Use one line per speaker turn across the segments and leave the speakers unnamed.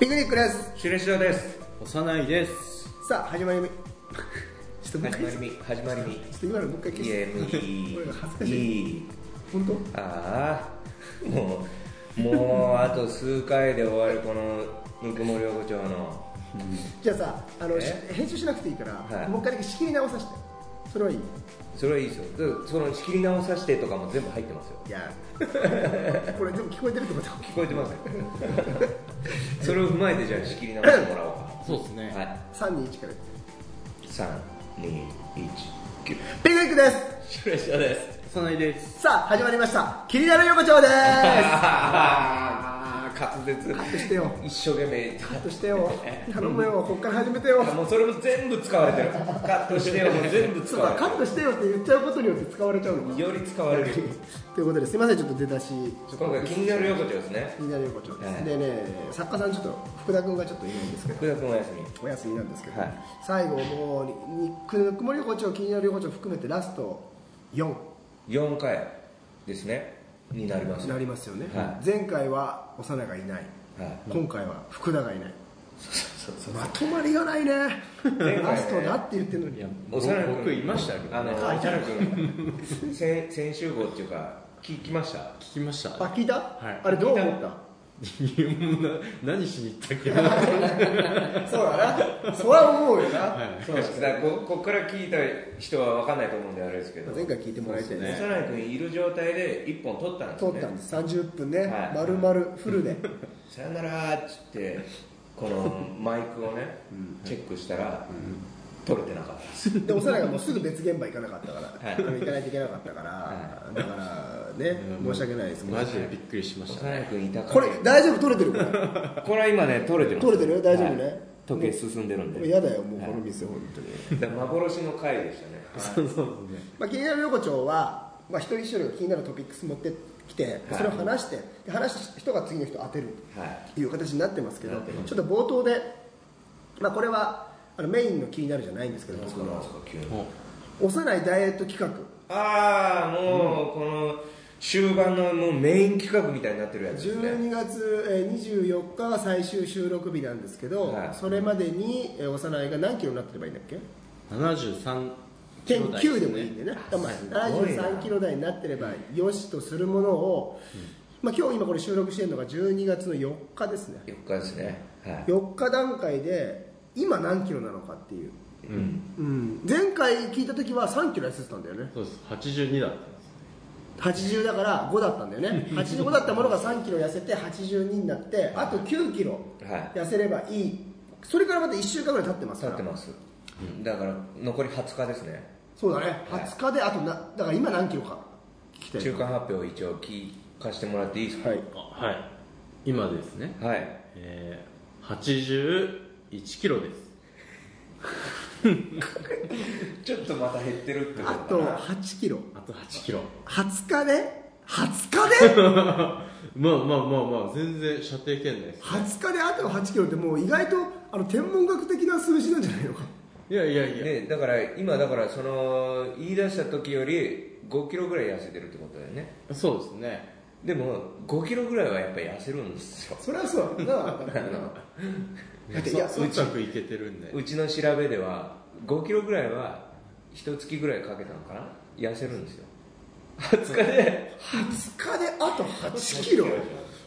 ピクニックです
シュレシロです。
幼いです。
さあ始まり みちょっともう一
始
回
ま
ち
り
ょ
み、始まりみ。
っと今のもう一回消
い
し
や、
て
もういい
これが恥ず。かしい
いい。
本当
ああ、もう、もう、あと数回で終わる、この、ぬくもり横丁の。
じゃあさあの
え
し編集しなくていいから、
はい
もう一回だけ仕切り直させてそれはいい
それはいいですよ。でその仕切り直させてとかも全部入ってますよ。
いや これ全部聞こえてるってこと
聞こえてますよ。 それを踏まえて、じゃあ仕切り直してもらおうか。
そうですね。
は
321から
い。三、二、一、九。
ピクニックです
シュレシロです。
幼いです。
さあ始まりました気になる横丁 ですカ
ああ、滑舌。
ットしてよ
一生懸命。
カットしてよ頼むよこっから始めてよ
もうそれも全部使われてる。カットしてよ、もう全部使
そうか
わ
カット
れ
してよって言っちゃうことによって使われちゃうのか
てる。より使われる。
ということですいませんちょっと出だしちょっと
今回気になる横丁ですね。
気になる横丁です、
はい
でね作家さんちょっと福田君がちょっといないんですけど
福田君お休
お
み。
休みなんですけど、
はい
最後もうにに曇り横丁気になる横丁含めてラスト4
4回ですね。になります。
な
はい。
りますよね、
は
前回は幼がいない、今回は福田がいない
そうそう
まとまりがないね
回ね
ラストだって言ってるの
い
に
や、
お
僕
さらくん
僕いましたけど、ね、
あの、
あ
おさらくん、先先週号っていうか、聞きました
聞きました。
あ聞いた、
い
あれどう思った
いやもうな何しに行ったっ け
そうだなそれは思うよな、
い
そうだ
だからここっから聞いた人は分かんないと思うんであれですけど、
前回聞いてもらいたいね
おさらくんいる状態で1本取ったんです
撮
ね。
ったんです30分ね、
はい
丸々フルで
さよならっつってこのマイクをね、チェックしたら、取れてなかったです
でおさらがもうすぐ別現場行かなかったから、
はい
あの行かないといけなかったから、だからね申し訳ないです
マジでびっくりしました。
幼い君いたから
これ大丈夫取れてるこれ
これは今ね取れてます
取れてる大丈夫ね
はい時計進んでるん
もう
で
嫌だよもうこの店本当に、
だから幻の回でしたね
そうそうですね。
まあ、気になる横丁は、まあ、一人一人が気になるトピックス持ってきてそれを話して、で話した人が次の人を当てる
はい
という形になってますけど
なってま
ちょっと冒頭で、まあ、これはあのメインの気になるじゃないんですけど
僕
僕
の
の
急に
も
幼いダイエット企画
ああもう、この終盤のもうメイン企画みたいになってるやつですね
12月えー24日が最終収録日なんですけど、
はい
それまでにえー幼いが何キロになってればいいんだっけ
う73
点9でもいい
ね
んでね、だからまあ
すごいな
73キロ台になってればよしとするものを、まあ、今日今これ収録してるのが12月の4日ですね
4日ですねはい、
4日段階で今何キロなのかっていう、
うん、
うん、前回聞いた時は3キロ痩せてたんだよね
そうです。82だったんです。
80だから5だったんだよね85だったものが3キロ痩せて82になってあと9キロ
はい
痩せればいいそれからまた1週間ぐらい経ってますか
立
ら
ってます、だから残り20日ですね
そうだね
はい
20日であとなだから今何キロか聞きたい
中間発表を一応聞かせてもらっていいですか
はい
あはい。今ですね。
はい
えー、81キロです。
ちょっとまた減ってるってこ
あ
と
と
かな
8キロ
あと8キロ。
20日で20日で
まあまあまあまあ全然射程圏内です。
20日であと8キロってもう意外とあの天文学的な数字なんじゃないのか
いやいやいや。
でだから今だからその言い出した時より5キロぐらい痩せてるってことだよね
そうですね。
でも5キロぐらいはやっぱ痩せるんですよ
それはそうだなだからだっていや
そう着いけてるんで。
うちの調べでは5キロぐらいは一月ぐらいかけたのかな痩せるんですよ20日で
20日であと8キロ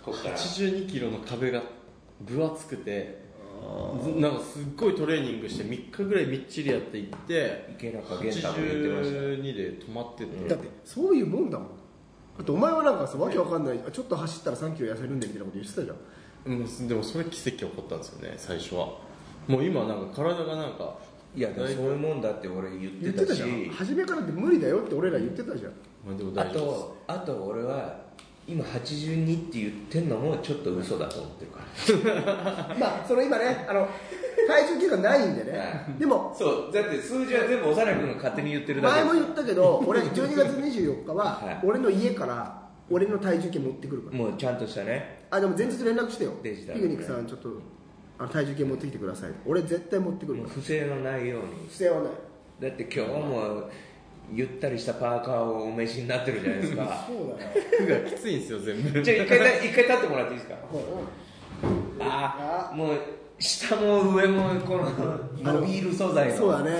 こっから
82キロの壁が分厚くてずなんかすっごいトレーニングして3日ぐらいみっちりやっていって
池中玄太も言ってました
82で止まってて、
だってそういうもんだもんだってお前はなんかさわけわかんないあちょっと走ったら3キロ痩せるんでみたいなこと言ってたじゃん
うん、でもそれ奇跡起こったんですよね最初はもう今なんか体がなんか
いやでもそういうもんだって俺言
言
っ
ってて
た
た
し
じゃん初めからって無理だよって俺ら言ってた じゃん
まあでも
あ
大丈夫です
とあと俺は今82って言ってんのもちょっと嘘だと思ってるから
まあその今ねあの体重計がないんでね
は
でも
そう、だって数字は全部幼い君が勝手に言ってるだけ
前も言ったけど俺12月24日
は
はい俺の家から俺の体重計持ってくるから
もうちゃんとしたね
あでも前日連絡してよ
デジタル
ピクニックさんちょっとあの体重計持ってきてください俺絶対持ってくる
も
か
う
ら
不正のないように
不正はない
だって今日もゆったりしたパーカーをお召しになってるじゃないですか
そうだよ
服がきついんですよ全部
じゃあ一回だ一回立ってもらっていいですかあ
あ
あもう下も上もこの伸びる素材の
そうだね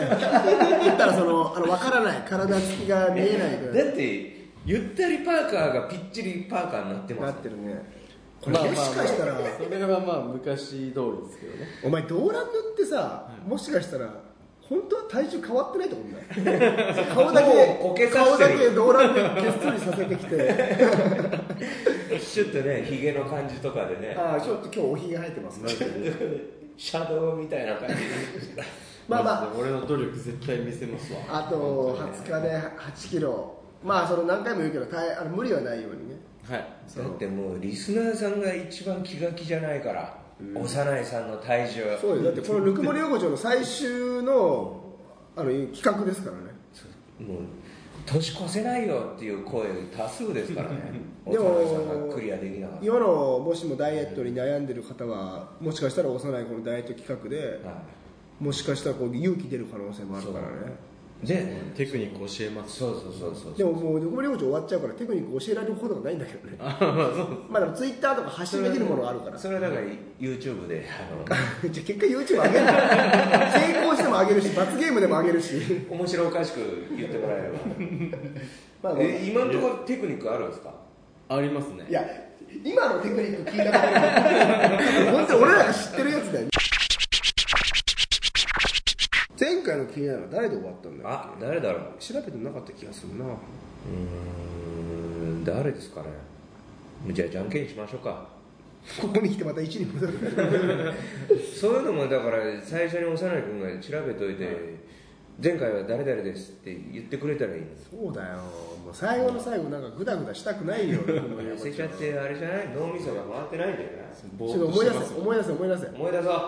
言ったらそのあの分からない体つきが見えないぐらい
だってゆったりパーカーがぴっちりパーカーになって
な
ま
っ
す
てるねこ
まあ
れ
まあ
もしかしたら
まあそれはまあ昔通りですけどね
お前動乱塗ってさもしかしたら本当は体重変わってないってことだ よ顔だけ
もうこけさ
顔
せ
だ
てる
け動乱でげっそりさせてきて
ちょっとねひげの感じとかでね
ああちょっと今日おひげ生えてますね
シャドウみたいな感じ
まあまあ
マジで俺の努力絶対見せますわ
あと20日で8キロまあその何回も言うけど大あの無理はないようにね
はい
そう
だってもうリスナーさんが一番気が気じゃないから、幼いさんの体重
そうよだってこのぬくもり横丁の最終のあの企画ですからね
もう年越せないよっていう声多数ですからね
でも
幼いさんがクリアできなかった
今のもしもダイエットに悩んでる方はもしかしたら幼いこのダイエット企画で
は
もしかしたらこう勇気出る可能性もあるからね
いで
テクニック教えます
そうそうそうそう
でももうぬくもり横丁終わっちゃうからテクニック教えられるほどがないんだけどねまあでもツイッターとか発信できるものがあるから
それはだから YouTube で あ
じゃあ結果 YouTube 上げるから成功しても上げるし罰ゲームでも上げるし
の面白おかしく言ってもらえれ
ま
ば
あまあ
え今のところテクニックあるんですか
ありますね
いや、今のテクニック聞いたことない。 本当に俺らが知ってるやつだよ。前回の気になるのは誰で終わったんだよ。
あ誰だろう
調べてなかった気がするな。
うーん誰ですかねじゃあじゃんけんしましょうか
ここに来てまた1に戻る。
そういうのもだから最初に幼い君が調べといて、前回は誰々ですって言ってくれたらいいの
そうだよ。もう最後の最後なんかグダグダしたくない よ。ちょっ
忘れちゃってあれじゃない脳みそが回ってないんじゃない
ぼーっ
と
と
思い
して
出
ま
せ、
す
思い出せ、思い出せ。
思い出そう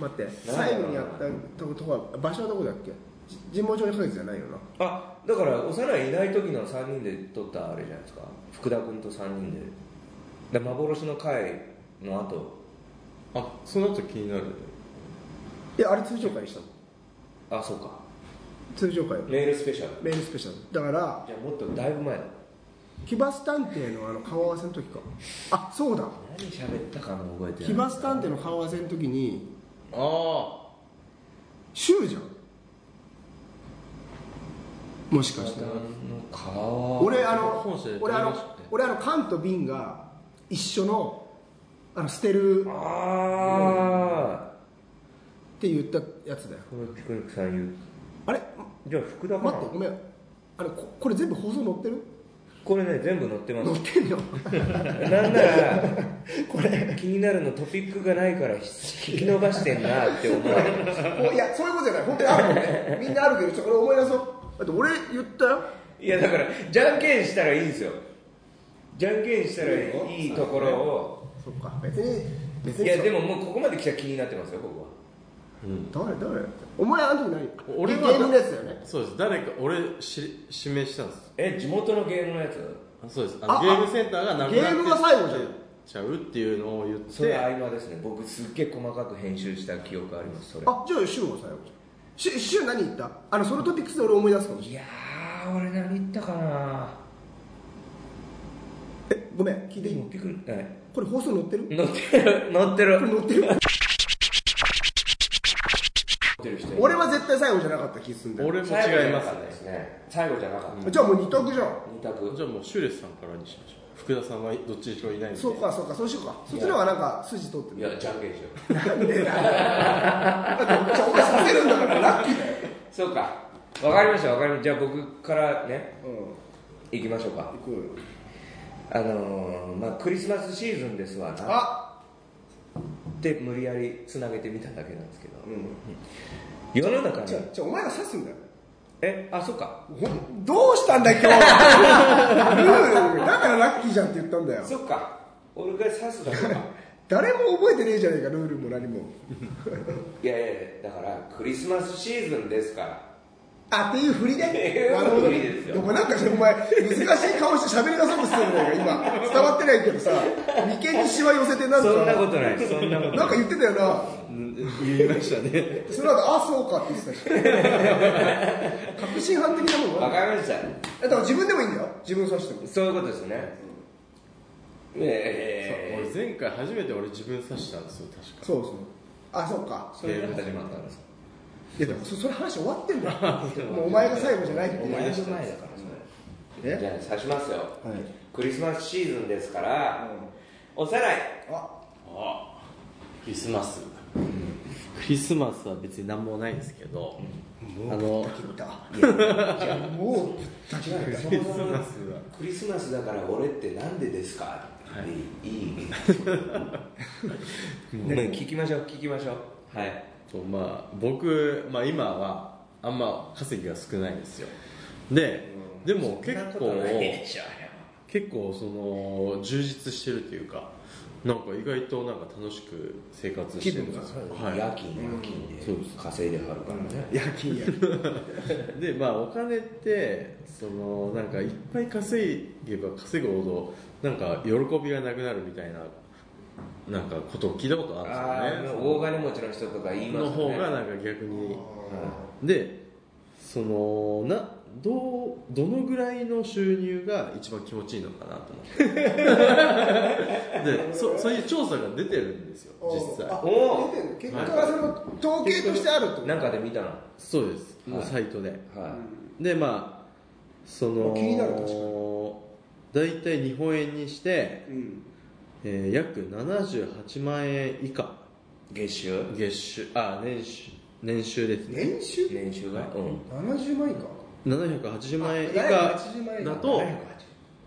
待って、最後にやったとことこは、場所はどこだっけじ神保町にかけてじゃないよな。
あだから幼いいない時の3人で撮ったあれじゃないですか福田君と3人でで幻の回の後
あその後気になる
いや、あれ通常会にしたの。
あそうか
通常会。
メールスペシャル
メールスペシャル。だから、
じゃあもっとだいぶ前だ
奇抜探偵のあの顔合わせの時かあそうだ
何喋ったかも覚えてない
奇抜探偵の顔合わせの時に
あ
シュウじゃんもしかして
顔
俺あの
本社で
俺あ
撮りまし
の
たね
俺あの缶と瓶が一緒のあの捨てるっ
ああ
て言ったやつだよ
これピクニックさん言う
あれ
じゃあ福田かな
待ってごめんあれここれ全部放送載ってる
これね全部載ってま
載
す
ってんの
なんならこれ気になるのトピックがないから引き伸ばしてんなって思う
おいやそういうことじゃない本当にあるもんねみんなあるけどちょっと俺思い出そうだって俺言ったよ
いやだからじゃんけんしたらいいんですよじゃんけんしたらいいところを
そっか別に別
い
に
やでももうここまで来たら気になってますよここは
誰誰お前あの時何
俺は
ゲームのやつだよね
そうです誰か俺し指名したんです
え地元のゲームのやつ
あそうですあ
あ
のゲームセンターがなくなって
ゲームが最後じゃん
ちゃうっていうのを言って
それ合間ですね僕すっげえ細かく編集した記憶ありますそれ
あじゃあシュウは最後じゃんシュシュウ何言ったあのそのトピックスで俺思い出すかもしれ
い
ない
やー俺何言ったかな
えごめん聞いていい
もうピクルはい
これ放送載ってる
乗ってる乗って
これ
る
載ってる
乗ってる人
俺は絶対最後じゃなかった気すんだよ
俺も違いますね
すね最後じゃなかった
じゃあもう二択じゃん
二択
じゃあもうシュレスさんからにしましょう福田さんはどっちにしろいないんで
そうかそうかそうしようかそっちの方がなんか筋取って
い
る
やじゃんけんしよう
なんでだよだってじゃあ俺させるんだからラッキーだよ
そうかわかりましたわかりましたじゃあ僕からね
うん
行きましょうか
行こうよ
あのー、まあクリスマスシーズンですわなっ
あ
て無理やりつなげてみただけなんですけど
うん
世の中
じゃ
に
あじゃあお前が刺すんだよ
えあそっか
ほんどうしたんだ今日ルー ルだからラッキーじゃんって言ったんだよ
そっか俺が刺すだけ か
誰も覚えてねえじゃねえかルールも何も
いやいやだからクリスマスシーズンですから
あっていう振り
え
で
え
なるほど
いいですよ
でもなんかお前難しい顔して喋り出そうとしてるのが今伝わってないけどさ眉間にしわ寄せてなんか
そんなことないですそんなこと
なんか言ってたよな
言いましたね
その後あそうかって言ってたし確信犯的なもん
わ
は
かりました
えだから自分でもいいんだよ自分指しても
そういうことですねえ
俺前回初めて俺自分刺したんですよ確か
そうそうあそうか
ー、そういう形もあったんですか
いやでもそそれ話終わってん だよもうお前が最後じゃないって
思い出した
は
前だからそれ
え
じゃあ刺します
い
よ、クリスマスシーズンですから、おさらい
あ
クリスマスクリスマスは別に何もないんですけどあの
切った
いや
もうぶった切られた
ク
クリ
リ
ス
ス
マス
マ
は
スクリスマスだから俺ってなんでですか、
はい
いいね聞きましょう聞きましょうはい
とまあ僕、まあ、今はあんま稼ぎが少ないんですよででも
そ
結
んな
構
ことないでしょ
結構その充実してるというかなんか意外となんか楽しく生活してるんですよ
気分
はい
夜勤夜勤で
そうです
稼いではるからね
夜勤や
でまあお金ってそのなんかいっぱい稼げば稼ぐほどなんか喜びがなくなるみたいななんかことを聞いたことあ
あ
るんで
あ
すよね
大金持ちの人とか言い
そ
ます
の
よ
方
ね
がなんか逆に
あ
でそのなどうどのぐらいの収入が一番気持ちいいのかなと 思ってでそそういう調査が出てるんですよ
ー
実際
あ
おー
出てる結果はその統計としてあるってこと
なんかで見たの
そうです、もう
はい
サイトで
は
でまあその
あ気になる確かに
大体日本円にして、
うん
えー約78万円以下
い月収
月収あ年収年収ですね
年収
年収が
うん
70万以下
780万円以下
あ780万円以下
だと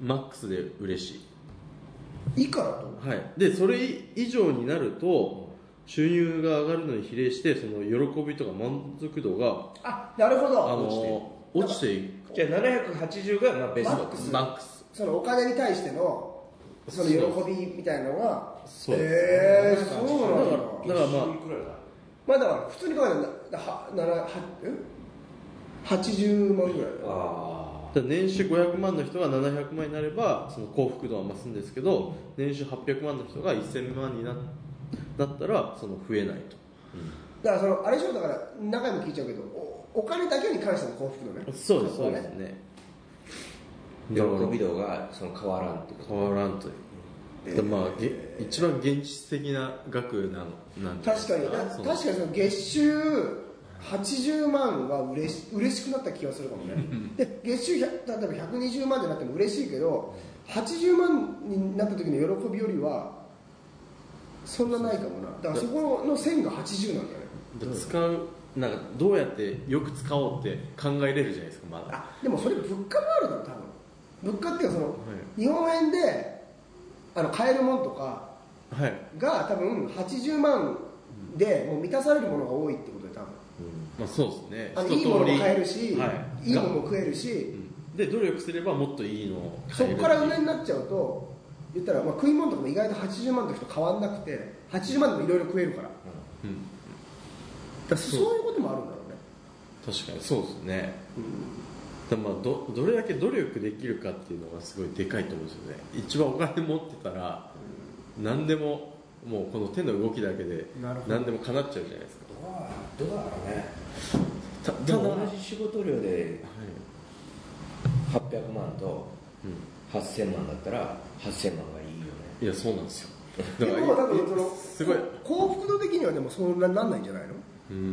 マックスで嬉しい
以下だと
はい、でそれ以上になると収入が上がるのに比例してその喜びとか満足度が、
あなるほ
あ
ど
の落ちていく
じゃあ780がまあベスト
マックス
マックス
そのお金に対してのその喜びみたいなのが
そうです
えー、そうなんだ
だか
月収い
らまあ
くらだ
まあだから普通に考えたらなはならはえ80万ぐらいだよ
あ
だから年収500万の人が700万になればその幸福度は増すんですけど年収800万の人が1000万にななったらその増えないと
だからそのあれでしょだから何回も聞いちゃうけどおお金だけに関しての幸福度ね
そうです
こ
そう
は
で
ね
す
あ喜
ねだから
び度がその変わらんってこと
変わらんというだからまあ、げ一番現実的な額なのなんじゃない
確かにな
です
確かにその月収80万は嬉し嬉しくなった気がするかもね で月収100例えば120万でなっても嬉しいけど80万になった時の喜びよりはそんなないかもなだからそこの線が80なんだよね
で使うなんかどうやってよく使おうって考えれるじゃないですかまだ
あでもそれ物価もあるだろ多分物価っていうかその、日本円であの買えるものとか
はい、
が多分80万でもう満たされるものが多いってことで多分
まあ、そうですね
あの
一
いいものも買えるし、
はい
い、いものも食えるし、
うんで努力すればもっといいのを
そ
買え
こ
る
から上になっちゃうと言ったら、まあ、食い物とかも意外と80万の時と変わんなくて80万でもいろいろ食えるからだか
うん、
らそう
そう
いうこともあるんだろうね
確かにそうですね、だからまあどどれだけ努力できるかっていうのがすごいでかいと思うんですよね一番お金持ってたら何でももうこの手の動きだけで
なるほど
何でも叶っちゃうじゃないですか
どうだろうね
た
で
ただ、
も
はい
同じ仕事量で800万と8000万だったら8000万がいいよね
うん、いやそうなんですよ
で
だか
も
ら
多分その
すごい
幸福度的にはでもそんなになんないんじゃないの、
うん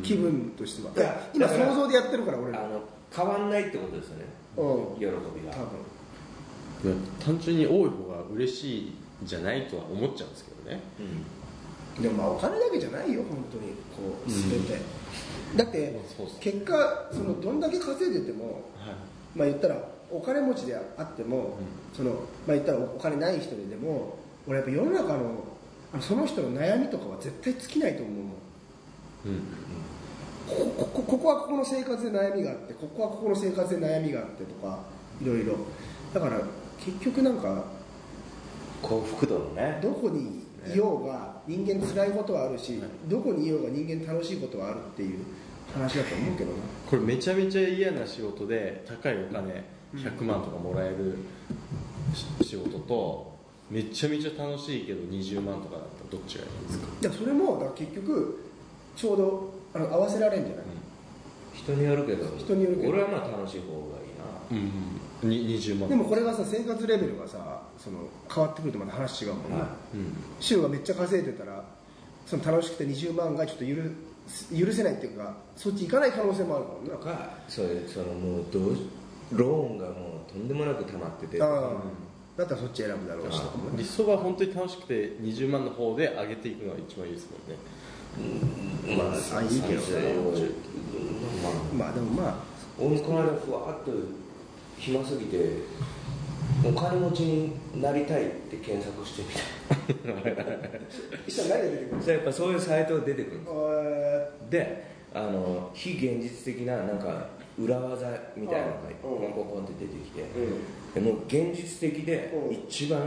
気分としてはい
や
今
だから
想像でやってるから俺ら
あの変わんないってことですよね
うん
喜びが
多分
単純に多い方が嬉しいじゃないとは思っちゃうんですけどね
うん
でもまあお金だけじゃないよ本当にこう全て、だって
まあそうっすね
結果そのどんだけ稼いでても
はい
まあ言ったらお金持ちであっても、そのまあ言ったらお金ない人ででも俺やっぱ世の中のあのその人の悩みとかは絶対尽きないと思うもん
うん
こここここはここの生活で悩みがあってここはここの生活で悩みがあってとかいろいろだから結局なんか
幸福度のね
どこにいようが人間辛いことはあるし、どこにいようが人間楽しいことはあるっていう話だと思うけどな
これめちゃめちゃ嫌な仕事で高いお金100万とかもらえるし仕事とめちゃめちゃ楽しいけど20万とかだったらどっちがいいですか、
いやそれもだから結局ちょうどあの合わせられるんじゃない
人によるけど
人によるけど
俺はまあ楽しい方がいいな
うん、に20万
でもこれがさ生活レベルがさその変わってくるとまた話違うもんね、
はい
うん
週がめっちゃ稼いでたらその楽しくて20万がちょっと許す許せないっていうかそっち行かない可能性もあるもんな
とかそれそのもうどうしローンがもうとんでもなく溜まってて
ああだったらそっち選ぶだろうしとかもね
理想は本当に楽しくて20万の方で上げていくのが一番いいですもんね
ま
あいいけど
賛成をまあ
まあでもまあ
俺もこの間ふわっと暇すぎてお金持ちになりたいって検索してみた
一緒に何が出てくる
そしたらやっぱそういうサイトが出てくる
え
であの非現実的ななんか裏技みたいなのが
うん
ポンポンポンって出てきて
ーうん
でも現実的で
うん
一番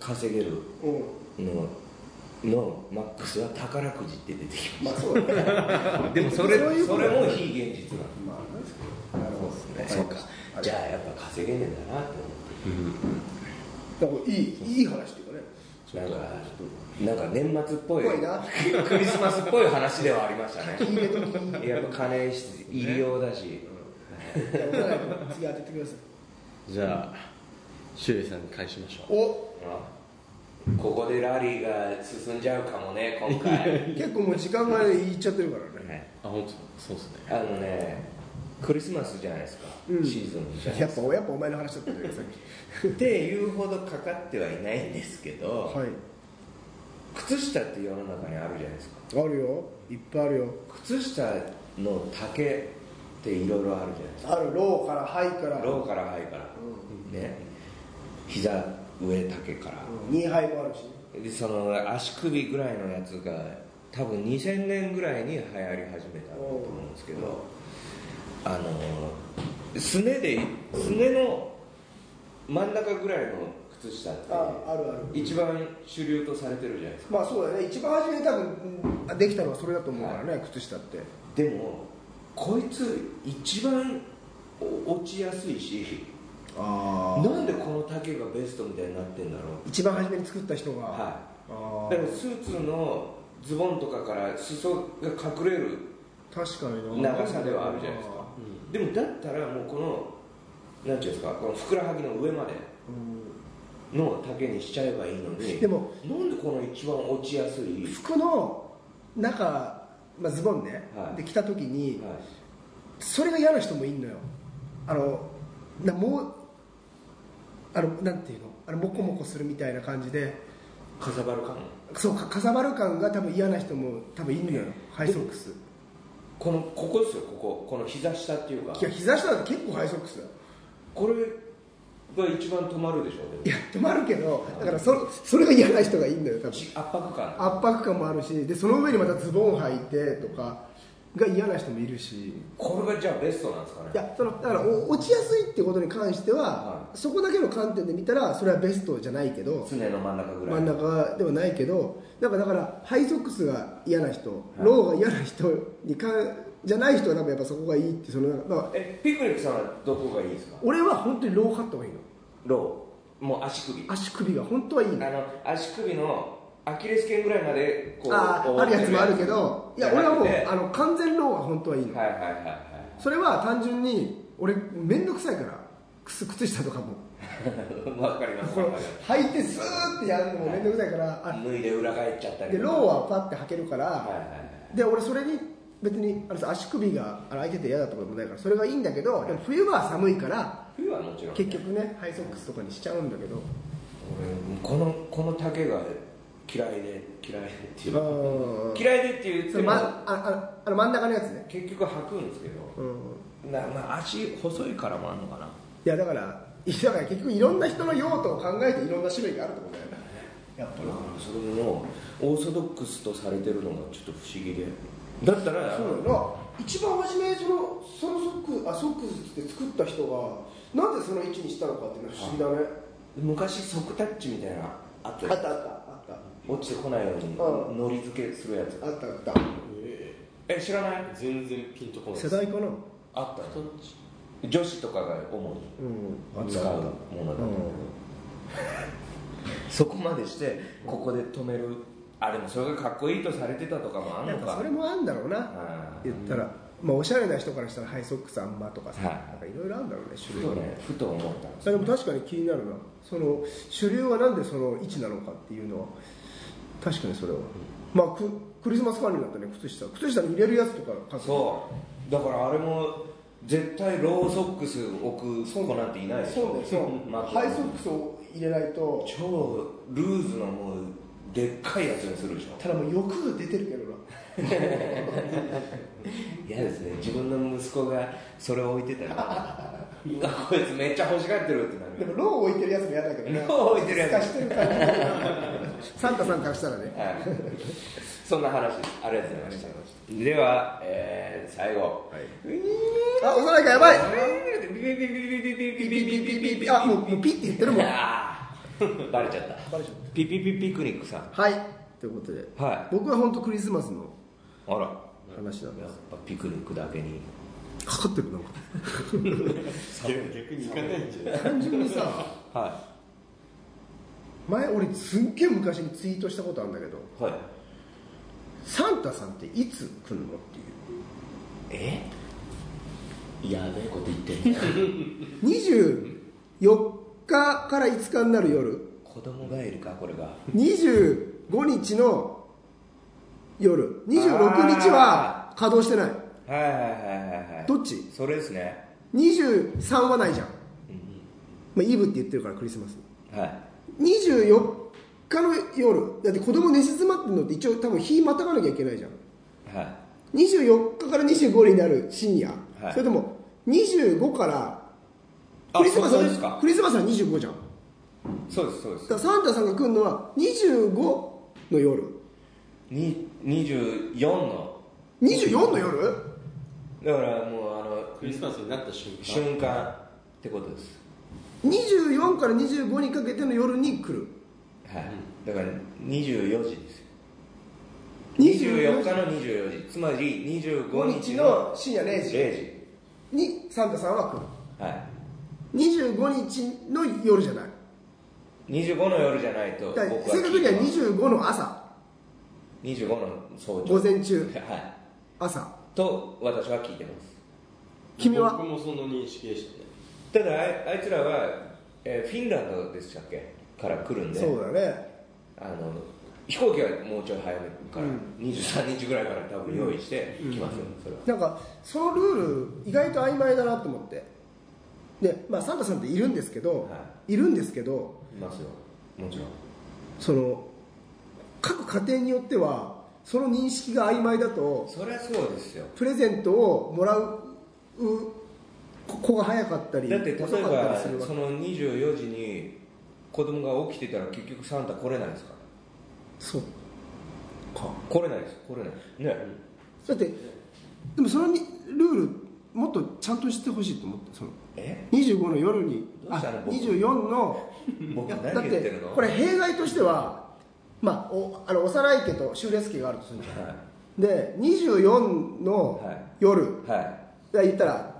稼げる
うんうん
ののマックスは宝くじって出てき
まあそう だね
たでもそれ
そういうこ
そ
と
れも非現実なの
まあなるほど
そうかじゃあやっぱ稼げねえんだなって思って
だからいいいい話っていうかね
なんかなんか年末っぽい
ぽいな
クリスマスっぽい話ではありました
いい
ね
ねとき に
やっぱ金入りようだし、
じゃあお互い次当ててください
じゃあ周平さんに返しましょ
お
あここでラリーが進んじゃうかもね今回
結構もう時間がいっちゃってるからね
ね
うあ本当そうですね
あのねクリスマスじゃないですか、
うん
シーズンじゃな い
や
で
っ
す
ぱやっぱお前の話だったんだけどさっき
かっていうほどかかってはいないんですけど、
はい
靴下って世の中にあるじゃないですか
あるよいっぱいあるよ
靴下の丈っていろいろあるじゃないですか
あるローからハイから
ローからハイから、ね膝上丈から、
うんニーハイもあるしね
でその足首ぐらいのやつが多分2000年ぐらいに流行り始めたんだと思うんですけどあのすねですねの真ん中ぐらいの靴下って
ああるある
一番主流とされてるじゃないですか
まあそうだね一番初めに多分うんできたのはそれだと思うからね、靴下って
でもこいつ一番お落ちやすいし
あ
なんでこの丈がベストみたいになってんだろう
一番初めに作った人が、
は
あ
いだから
ー
スーツのズボンとかから裾が隠れる
確かにな
長さではあるじゃないですか、でもだったらもうこのなんていうんですかこのふくらはぎの上まで
うん
の丈にしちゃえばいいのに
でも
なんでこの一番落ちやすい、
服の中、まあ、ズボンね、
はい
で着た時に、
はい
それが嫌な人もいんのよあのなもうあのなんていうのあのモコモコするみたいな感じで
かさばる感
そうかかさばる感が多分嫌な人も多分いんのよハイソックス
このここですよこここの膝下っていうか
いや膝下だって結構ハイソックスだよ
これが一番止まるでしょ
い
で
や止まるけどだからそそれが嫌な人がいいんだよ多
も
分
し圧迫感
圧迫感もあるしでその上にまたズボンを履いてとかが嫌な人もいるし
これがじゃあベストなんですかね
いやそのだからお落ちやすいってことに関しては
は
そこだけの観点で見たらそれはベストじゃないけど
常の真ん中ぐらい
真ん中ではないけどなんかだからハイソックスが嫌な人ローが嫌な人にかじゃない人は多分やっぱそこがいいってそのだから
えピクニックさんはどこがいいですか
俺は本当にローカットがいいの
ローもう足首
足首が本当はいいの
あの足首のアキレス腱ぐらいまでこう
あー
覆
あ
って
るやつもあるけどいや
じゃ
俺
な
はも
く
う
て
あの完全ローが本当はいいの、
はいはいはいはい
それは単純に俺面倒くさいから靴靴下とかも
わかります
これ
わかり
履いてスーってやるのも面倒くさいから、
ます脱いで裏返っちゃった
あ
り
で
と
ロ
か
ーはパッて履けるから、
はいはいはい
で俺それに別にあれさ足首があの開いてて嫌だとかでもないからそれがいいんだけどでも冬場は寒いから
冬はもちろん
結局ねハイソックスとかにしちゃうんだけど
俺このこの丈が嫌いで嫌いでっていううん嫌いでって言っ
そ
て
の
も
まあああの真ん中のやつね
結局履くんですけど
うん
なまあ足細いからもあるのかない
やだからいやだから結局いろんな人の用途を考えていろんな種類があるってことだよねやっぱ
だからそれもオーソドックスとされてるのがちょっと不思議でだったら
そうだよな一番初めそのそのソックあソックスって作った人がなんでその位置にしたのかっていうのは不思議だね
昔即タッチみたいなのあった
あっ
よ
たあったあった
落ちてこないように
う
のり付けするやつ
あったあった
え知らない
全然ピンとこない
世代かな
あったよ女子とかが主に
うんあっ
使
た
う
あった
ものだと思う、そこまでしてここで止めるあでもそれがかっこいいとされてたとかもあん
や
の
っぱ
か
それもあんだろうな
あー
言ったら、まあ、おしゃれな人からしたらハイソックスあんまとかさ、
はい
なんかいろいろあるんだろうね
ふ
種類
と
は
ねふと思ったんです
あでも確かに気になるなその主流はなんでその位置なのかっていうのは確かにそれは、まあククリスマス管理だったね靴下靴下に入れるやつとか買って
そうだからあれも絶対ローソックス置く子なんていないでしょ まあ
ハイソックスを入れないと
超ルーズのもうでっかいやつにするでしょ
ただもう欲が出てるけどな
嫌ですね自分の息子がそれを置いて たらうわこいつめっちゃ欲しがってるってなる
でもローを置いてるやつも嫌だけどね
ローを置いてるやつ
透かしてる感じがサンタさんからしたらね
はいそんな話ですありがとうございましたでは、えー、最後
あ押さないかやばい
ピ
ピピピピピピあもうもうピって言ってるもん
あーバレちゃった
バレちゃっ
ピピピピクニックさん
はいということで、
は
僕は本当クリスマスの
あらや
話なんで
っ
す
ぱピクニックだけに
かかってるなんか
逆に行かないんじゃない
単純にさ
は
前俺すっげえ昔にツイートしたことあるんだけど
いはい
サンタさんっていつ来るのっていう
えやべえこと言ってる
24日から5日になる夜
子供がいるかこれが
25日の夜26日は稼働してない
はいはいはいはいはい
どっち
それですね
23はないじゃん、まあ、イブって言ってるからクリスマス
はい
24日の夜だって子供寝静まってるのって一応多分日またがなきゃいけないじゃん
はい
24日から25になる深夜、
はい
それとも25から
あ
クリスマス
そこですか
はクリスマスは25じゃんだ
そうですそうです
からサンタさんが来るのは25の夜
に24の
24の夜
だからもうあの
クリスマスになった瞬間
瞬間ってことです
24から25にかけての夜に来る
はい、だから24時ですよ
24
24日の24時つまり25
5日
日
の
の
深夜0時
0時
にサンタさんは来る
は
25日の夜じゃない
い25の夜じゃないと僕
だ
は
から
聞
正確にはい
て
25の朝
ます25の早朝
午前中
はい
朝
と私は聞いてます
君は
僕もその認識でしたね
ただあいあいつらは、えーフィンランドでしたっけから来るんで
そうだね
あの飛行機はもうちょい早めから、
うん
23日ぐらいから多分用意して来ますよ、それは
なんかそのルール意外と曖昧だなと思ってで、まあ、サンタさんっているんですけど、、
はい
るんですけど
いますよもちろん
その各家庭によってはその認識が曖昧だと
そりゃそうですよ
プレゼントをもらう子が早かったり
だって例えば
遅かったりするわ
その24時に子供が起きてたら結局サンタ来れないですから
そうか
来れないです来れないね、
だってでもそのにルールもっとちゃんとしてほしいと思ってその
え
25の夜に
どう
あ
したの僕
24の
僕
いや
何
だっ
言って
て
るの
これ弊害としては、まあ、おあの幼い家と終列家があるとするじゃん
は
で24の
はい
夜、
いは
だから言ったら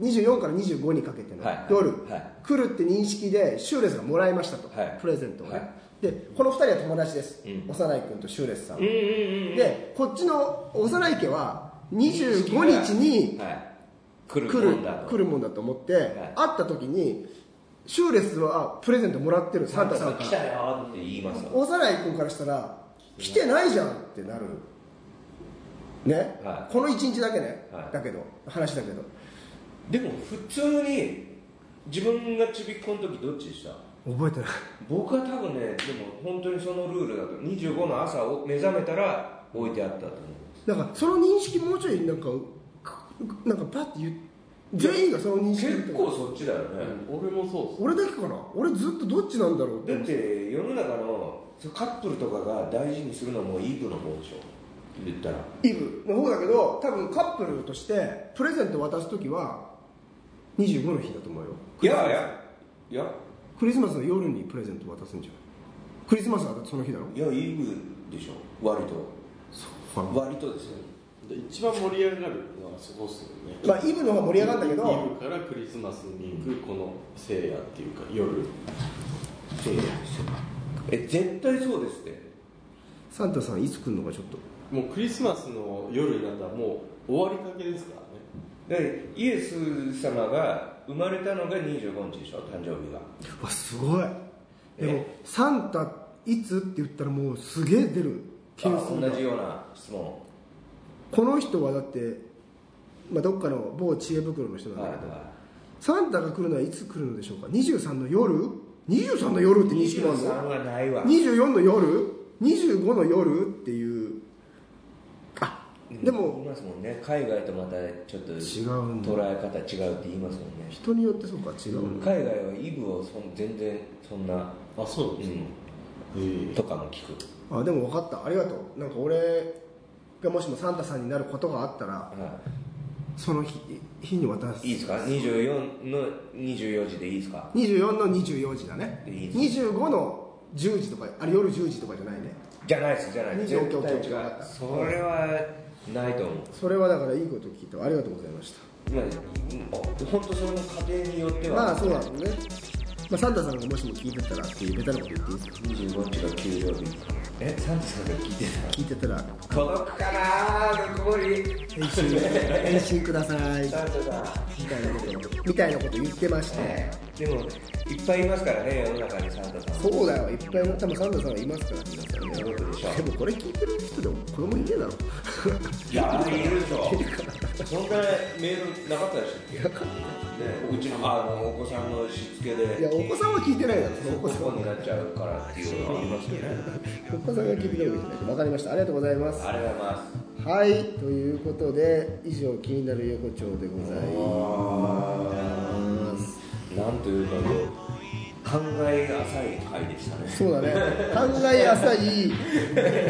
24から25にかけての
はい
夜、
はい
来るって認識でシューレスがもらいましたと、
はい
プレゼントをね、
はい
でこの2人は友達です、
うん
幼い君とシューレスさん、
いうんうんうん
でこっちの幼い家は25日に
はい、来る
来る
もんだと
来るもんだと思って、
い
会った時にシューレスはプレゼントもらってるサ
サ
ン
ン
タ
タ
さ
さ
ん
ん
か
来
ら
たよって言いますよ
幼い君からしたら来てないじゃんってなるね、
はい
この1日だけね、
はい
だけど話だけど
でも普通に自分がちびっこの時どっちでした
覚えてない
僕は多分ねでも本当にそのルールだと25の朝を目覚めたら置いてあったと思う
だからその認識もうちょいなんかくなんかパッて言う全員がその認識
結構そっちだよね、
俺もそうっす
俺だけかな俺ずっとどっちなんだろうって
だって世の中のそうカップルとかが大事にするのもイブの方でしょ言ったら
イブの方だけど多分カップルとしてプレゼント渡す時は25の日だと思うよ
いやいやいや
クリスマスの夜にプレゼント渡すんじゃないクリスマスはだってその日だろ
いやイブでしょ割と
そう
割とですよ
で一番盛り上がるのはそこっすよね
まあイブの方が盛り上がるんだけど
夜からクリスマスに行くこの聖夜っていうか夜
え絶対そうですって
サンタさんいつ来るのかちょっと
もうクリスマスの夜になったらもう終わりかけですからね
でイエス様が生まれたのが25日でしょ誕生日が
わすごいでも
え
サンタいつって言ったらもうすげえ出る件数が
あ同じような質問
この人はだって、まあ、どっかの某知恵袋の人なんだけど、サンタが来るのはいつ来るのでしょうか23の夜23の夜って認識なんだ
23はないわ
24の夜25の夜っていうあで
言い
も
ますもんね海外とまたちょっと
違うんだ
捉え方違うって言いますもんね
人によってそうか違う、
海外はイブをそん全然そんな、
あそうなんですか、へえ
とかも聞く
あでも分かったありがとうなんか俺がもしもサンタさんになることがあったら
は
その日日に渡す
いいいですか24の24時でいいですか
24の24時だね
いい
25の10時とかあれ夜10時とかじゃないね
じゃないですじゃないです
24
絶対違う
分かった
それはないと思う
それはだからいいこと聞いたありがとうございました
まあ本当その家庭によっては、
まあそうだろうね、まあ、サンタさんがもしも聞いてたらっていうベタなこと言っていいですか
25日が給料日えサンタさんが聞いて
聞いてたら
た届くかなぬくもり
返信返信ください
サンタさん
みたいなことみたいなこと言ってまして、
ねでもいっぱいいますからね世の中にサンタさん
そうだよいっぱい多分サンタさんはいますから皆さんね
そうでしょ
でもこれ聞いてる人でも子供いねえだろ
いやいるでしょそんぐらいメールなかったでしたっけ、ね、うちのあのお子さんのしつけで
いやお子さんは聞いてないだろお
お
子さんは
になっちゃうからっていうのはありますね
お子さんが聞いてないわけじゃないわかりましたありがとうございます
ありがとうございます
はいということで以上気になる横丁でございます
なんというかもう考えが浅い回でしたね
そうだね考え浅い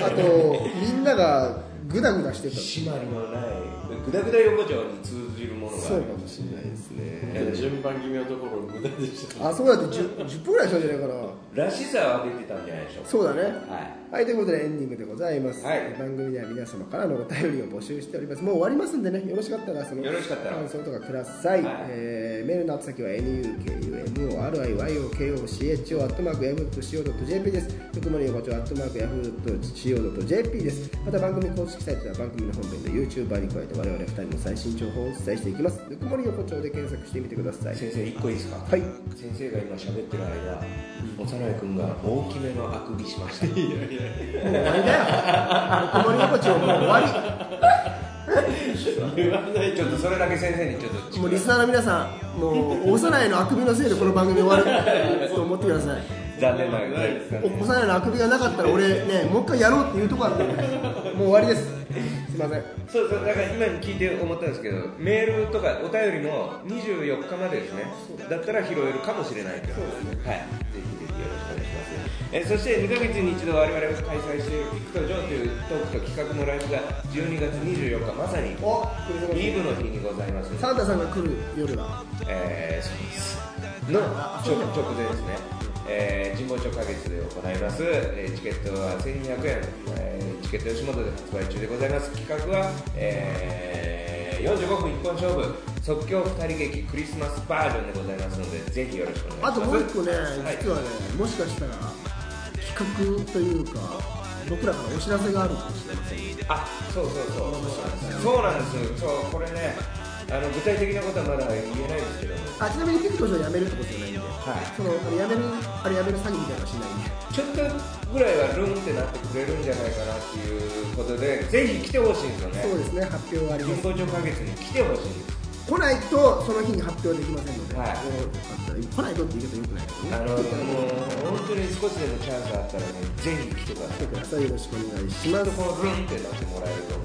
あとみんながグダグダしてた
締まりのないぐだぐだ横丁に通じるものが
そ
あ
う
り
か
ま
も
す
しれないですね
なんか順番決めのところ無駄でした
あそこだって 10, 10分ぐらいしたんじゃないかな
らしさは出てたんじゃないでしょうか
そうだね
はい
はいということでエンディングでございます、
はい
番組では皆様からのお便りを募集しておりますもう終わりますんでねよろしかったらその
よろしかったら
感想とかください、
はい
えーメールの宛先は nukumoriyokocho.yahoo.co.jp ですぬくもり横丁 .yahoo.co.jp ですまた番組公式サイトでは番組の本編と YouTuber に加えて我々2人の最新情報をお伝えしていきますぬくもり横丁で検索してみてくだ さい
先生一個いいですか
はい
先生が今喋ってる間幼い君が大きめのあくびしました
もう終わりだよぬくもり横丁もう終わり
言わないちょっとそれだけ先生にちょっと
もうリスナーの皆さん、もう幼いのあくびのせいでこの番組終わると思ってください。
残念ながらですかね
幼いのあくびがなかったら俺ね、もう一回やろうっていうとこあったよもう終わりです。すいません。
そうそうだから今聞いて思ったんですけどメールとかお便りも24日までですねだったら拾えるかもしれないけどはいぜひぜひよろしくお願いしますえーそして2ヶ月に一度我々が開催している「ピクトジョー」というトークと企画のライブが12月24日まさに
お、クリ
イ
ス
ブの日にございます
マス。サンタさんが来る夜だ。
えー、そうですの直直前ですね、えー、神保町花月で行います、えーチケットは1200円、えーチケット吉本で発売中でございます企画は、えー、45分一本勝負即興二人劇クリスマスバージョンでございますのでぜひよろしくお願
あ
い
と
します
もう一個ね、
はい
実はね、もしかしたら企画というか、僕らからお知らせがあるかもしれません。
あそうそうそうそうなんですそうなんですそうこれねあの具体的なことはまだ言えないですけども
あ、ちなみにピクトショーやめるってことじゃないんで、
い
そのあれやめる、あれやめる詐欺みたいなのはしないんで。
ちょっとぐらいはルンってなってくれるんじゃないかなっていうことでぜひ来てほしいんですよね
そうですね、発表はありま
人
す。
工上花月に来てほしいんです
来ないとその日に発表できませんので、
はい
あの来ないとって言い方よくないけ
あ
どね
のもう本当に少しでもチャンスあったらねぜひ来てくださ
来て
い
くださいよろしくお願いし
今
ま
の
す
と、ころルンってなってもらえると思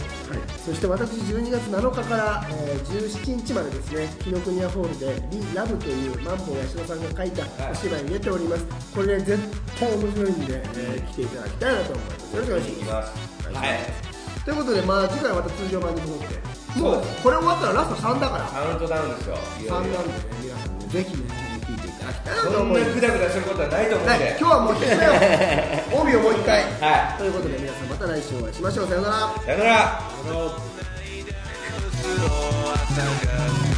う
そして私12月7日から、えー17日までですね紀ノ国屋ホールで「リ・ラブ」というマンボウ八代さんが書いたお芝居に出ております、これね絶対面白いんで、えー来ていただきたいなと思いますよろしくお願い
行
し
き
ま
ますはい
すということでまあ次回はまた通常版に戻ってもう
そうです
これ終わったらラスト3だから
カウントダウンですよい
3
よ
ないんで
よ
ね皆さんねぜひね聞いていただきたいなと
そん
思
ない
ます
グダグダすることはないと思うんで
ね今日はもう一 回帯をもう一回
は
ということで皆さんまた来週お会いしましょうさようなら
いさよなら
あの
を朝が